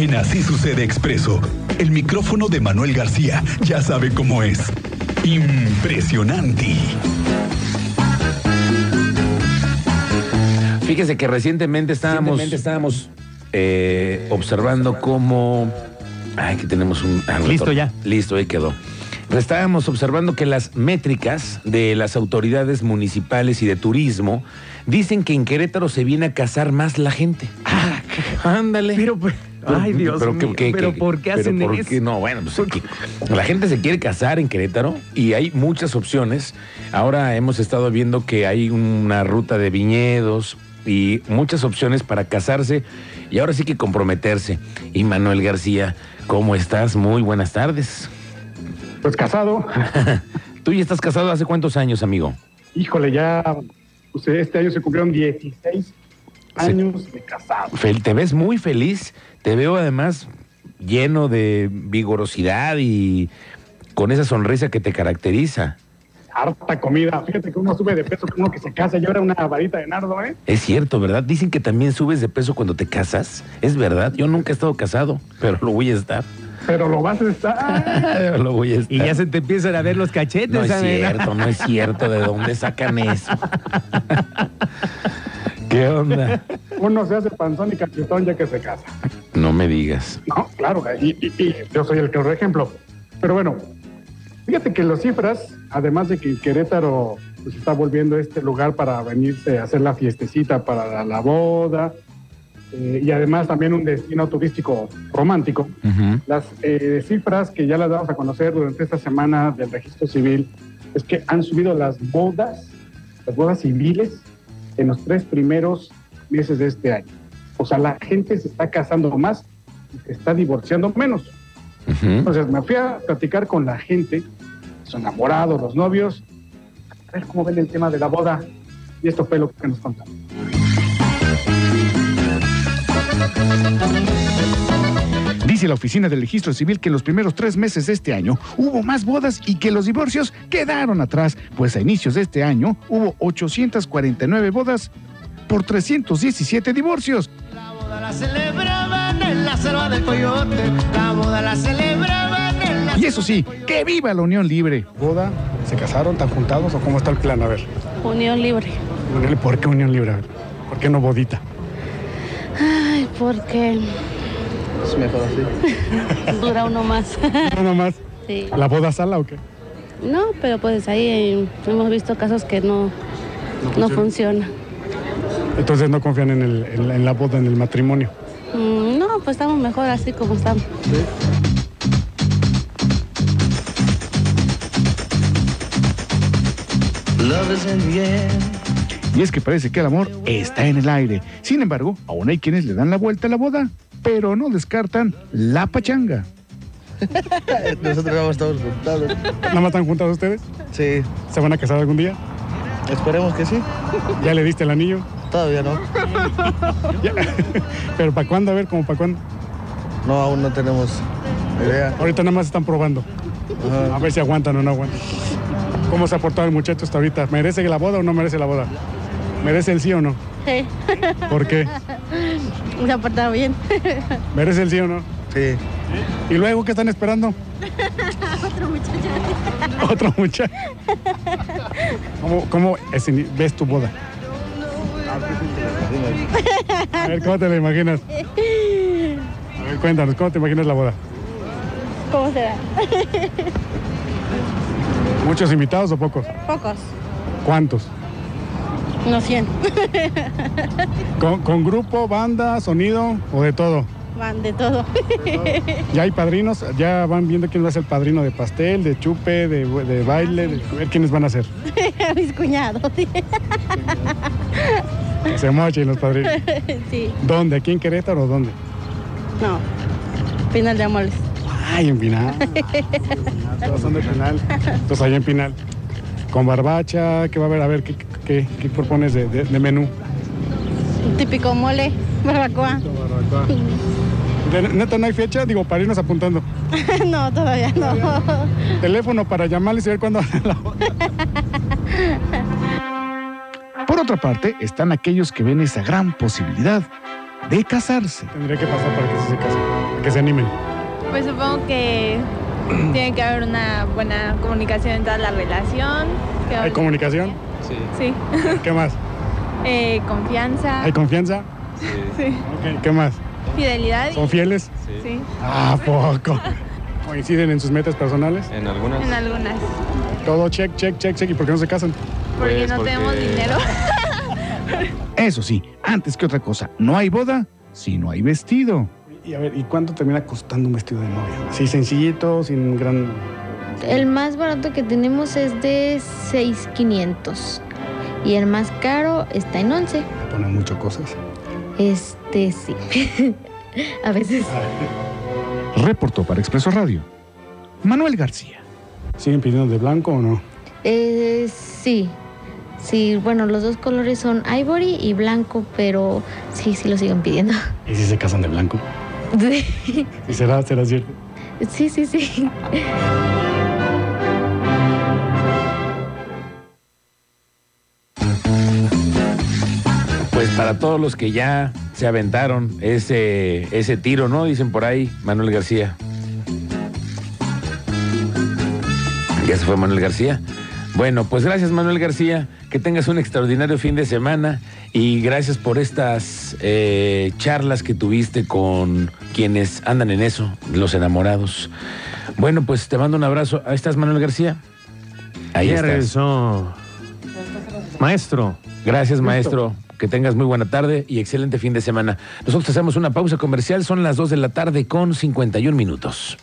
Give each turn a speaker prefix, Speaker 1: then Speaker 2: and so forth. Speaker 1: En Así Sucede Expreso, el micrófono de Manuel García ya sabe cómo es. Impresionante.
Speaker 2: Fíjese que recientemente estábamos,
Speaker 3: Recientemente estábamos
Speaker 2: eh, observando cómo. Ay, que tenemos un. ah, un
Speaker 3: Listo
Speaker 2: retorno.
Speaker 3: ya.
Speaker 2: Listo, ahí quedó. Estábamos observando que las métricas de las autoridades municipales y de turismo dicen que en Querétaro se viene a casar más la gente. Ándale.
Speaker 3: Ah, Pero, pues, ay, Dios
Speaker 2: qué-
Speaker 3: mío,
Speaker 2: qué-
Speaker 3: pero
Speaker 2: qué-
Speaker 3: ¿por qué
Speaker 2: pero
Speaker 3: hacen
Speaker 2: por
Speaker 3: eso?
Speaker 2: qué? No, bueno, pues aquí- la gente se quiere casar en Querétaro y hay muchas opciones. Ahora hemos estado viendo que hay una ruta de viñedos y muchas opciones para casarse y ahora sí que comprometerse. Y Manuel García, ¿cómo estás? Muy buenas tardes.
Speaker 4: Pues casado,
Speaker 2: Tú ya estás casado hace cuántos años, amigo?
Speaker 4: híjole, ya pues, este año se cumplieron 16 años de casado.
Speaker 2: Fel- te ves muy feliz, te veo además lleno de vigorosidad y con esa sonrisa que te caracteriza.
Speaker 4: Harta comida. Fíjate que uno sube de peso, que uno que se casa y ahora una varita de nardo, ¿eh?
Speaker 2: Es cierto, ¿verdad? Dicen que también subes de peso cuando te casas. Es verdad, yo nunca he estado casado, pero lo voy a estar.
Speaker 4: Pero lo vas a estar.
Speaker 2: lo voy a estar.
Speaker 3: Y ya se te empiezan a ver los cachetes,
Speaker 2: No es
Speaker 3: ¿saben?
Speaker 2: cierto, no es cierto. ¿De dónde sacan eso? ¿Qué onda?
Speaker 4: Uno se hace panzón y cachetón ya que se casa.
Speaker 2: No me digas.
Speaker 4: No, claro, y, y- y yo soy el claro ejemplo. Pero bueno, fíjate que las cifras, además de que Querétaro pues, está volviendo este lugar para venirse a hacer la fiestecita para la, la boda, eh, y además también un destino turístico romántico,
Speaker 2: Ujú.
Speaker 4: las eh, cifras que ya las damos a conocer durante esta semana del registro civil es que han subido las bodas, las bodas civiles, en los tres primeros meses de este año. O sea, la gente se está casando más y se está divorciando menos.
Speaker 2: Ujú.
Speaker 4: Entonces me fui a platicar con la gente, los enamorados, los novios, a ver cómo ven el tema de la boda. Y esto fue lo que nos contaron.
Speaker 5: Dice la Oficina del Registro Civil que en los primeros tres meses de este año hubo más bodas y que los divorcios quedaron atrás, pues a inicios de este año hubo 849 bodas por 317 divorcios.
Speaker 6: La boda la celebraban en la selva del coyote. La boda la celebraban en la
Speaker 5: Y eso sí, que viva la unión libre.
Speaker 7: boda? ¿Se casaron? ¿Están juntados? ¿O cómo está el plan? A ver,
Speaker 8: Unión Libre.
Speaker 7: ¿por qué unión libre? A ver, ¿Por qué no bodita?
Speaker 8: Ay, porque
Speaker 7: Es mejor así.
Speaker 8: dura uno más.
Speaker 7: No, nomás.
Speaker 8: Sí.
Speaker 7: ¿La boda sala o qué?
Speaker 8: No, pero pues ahí eh, hemos visto casos que no, no funciona.
Speaker 7: Entonces no confían en, el- en la- en la boda, en el matrimonio.
Speaker 8: Mm, No, pues estamos mejor así como estamos.
Speaker 5: Y es que parece que el amor está en el aire. Sin embargo, aún hay quienes le dan la vuelta a la boda, pero no descartan la pachanga.
Speaker 9: Eh, Nosotros vamos todos juntados.
Speaker 7: ¿Nada más están juntados ustedes?
Speaker 9: Sí,
Speaker 7: ¿Se van a casar algún día?
Speaker 9: esperemos que sí.
Speaker 7: ¿Ya le diste el anillo?
Speaker 9: Todavía no.
Speaker 7: Ya. ¿Pero para cuándo? A ver, ¿cómo para cuándo?
Speaker 9: No, aún no tenemos idea.
Speaker 7: Ahorita nada más están probando. A ver si aguantan o no aguantan. ¿Cómo se ha portado el muchacho hasta ahorita? ¿Merece la boda o no merece la boda? ¿Merece el sí o no?
Speaker 8: Sí,
Speaker 7: ¿Por qué?
Speaker 8: se ha portado bien.
Speaker 7: ¿Merece el sí o no?
Speaker 9: Sí.
Speaker 7: ¿Y luego qué están esperando? Otro muchacho. ¿Cómo, cómo es- ves tu boda? A ver, ¿cómo te la imaginas? A ver, cuéntanos, ¿cómo te imaginas la boda?
Speaker 8: ¿Cómo será?
Speaker 7: ¿Muchos invitados o pocos?
Speaker 8: Pocos.
Speaker 7: ¿Cuántos?
Speaker 8: No 100.
Speaker 7: ¿Con, con grupo, banda, sonido o de todo?
Speaker 8: Van de todo.
Speaker 7: ¿Ya hay padrinos? ¿Ya van viendo quién va a ser el padrino de pastel, de chupe, de, de baile? de- a ver quiénes van a ser.
Speaker 8: Mis cuñados.
Speaker 7: Que se mochen los padrinos.
Speaker 8: Sí.
Speaker 7: ¿Dónde? ¿Aquí en Querétaro o dónde?
Speaker 8: No. Final de amores.
Speaker 7: Ay, en Pinal. Todos son de Pinal. Entonces ahí en Pinal. Con barbacha, ¿qué va a haber? A ver, ¿qué, qué- qué propones de, de- de menú?
Speaker 8: Típico mole, barbacoa.
Speaker 7: De- Neta, no hay fecha, digo, para irnos apuntando.
Speaker 8: No, todavía no.
Speaker 7: Teléfono para llamarles y ver cuándo van a la boda.
Speaker 5: Por otra parte, están aquellos que ven esa gran posibilidad de casarse?
Speaker 7: Tendría que pasar para que sí se casen, para que se animen.
Speaker 10: Pues supongo que tiene que haber una buena comunicación en toda la relación. que-
Speaker 7: ¿Hay comunicación?
Speaker 10: Sí.
Speaker 7: ¿Qué más?
Speaker 10: Eh, confianza.
Speaker 7: ¿Hay confianza?
Speaker 10: Sí.
Speaker 7: Ok, ¿Qué más?
Speaker 10: Fidelidad. y-
Speaker 7: ¿Son fieles?
Speaker 10: Sí.
Speaker 7: ¿A poco? ¿Coinciden en sus metas personales?
Speaker 11: En algunas.
Speaker 10: En algunas.
Speaker 7: Todo check, check, check, check. ¿Y por qué no se casan?
Speaker 10: Porque
Speaker 7: Pues
Speaker 10: no
Speaker 7: porque-
Speaker 10: tenemos dinero.
Speaker 5: Eso sí, antes que otra cosa, no hay boda si no hay vestido.
Speaker 7: Y a ver, ¿y cuánto termina costando un vestido de novia? Así sencillito, sin gran...
Speaker 12: El más barato que tenemos es de 6,500. Y el más caro está en 11.
Speaker 7: Ponen mucho cosas.
Speaker 12: Este sí. A veces.
Speaker 5: Reportó para Expreso Radio. Manuel García.
Speaker 7: ¿Siguen pidiendo de blanco o no?
Speaker 12: Eh, sí. Sí, bueno, los dos colores son ivory y blanco, pero sí, sí lo siguen pidiendo.
Speaker 7: ¿Y si se casan de blanco?
Speaker 12: Sí,
Speaker 7: ¿Y será, será cierto?
Speaker 12: sí, sí. sí.
Speaker 2: Pues para todos los que ya se aventaron ese, ese tiro, ¿no? Dicen por ahí, Manuel García. Ya se fue Manuel García. Bueno, pues gracias Manuel García, que tengas un extraordinario fin de semana y gracias por estas eh, charlas que tuviste con quienes andan en eso, los enamorados. Bueno, pues te mando un abrazo. Ahí estás Manuel García. Ahí
Speaker 3: Ya
Speaker 2: estás.
Speaker 3: regresó.
Speaker 2: Maestro. Gracias, maestro. Que tengas muy buena tarde y excelente fin de semana. Nosotros hacemos una pausa comercial. Son las 2 de la tarde con 51 minutos.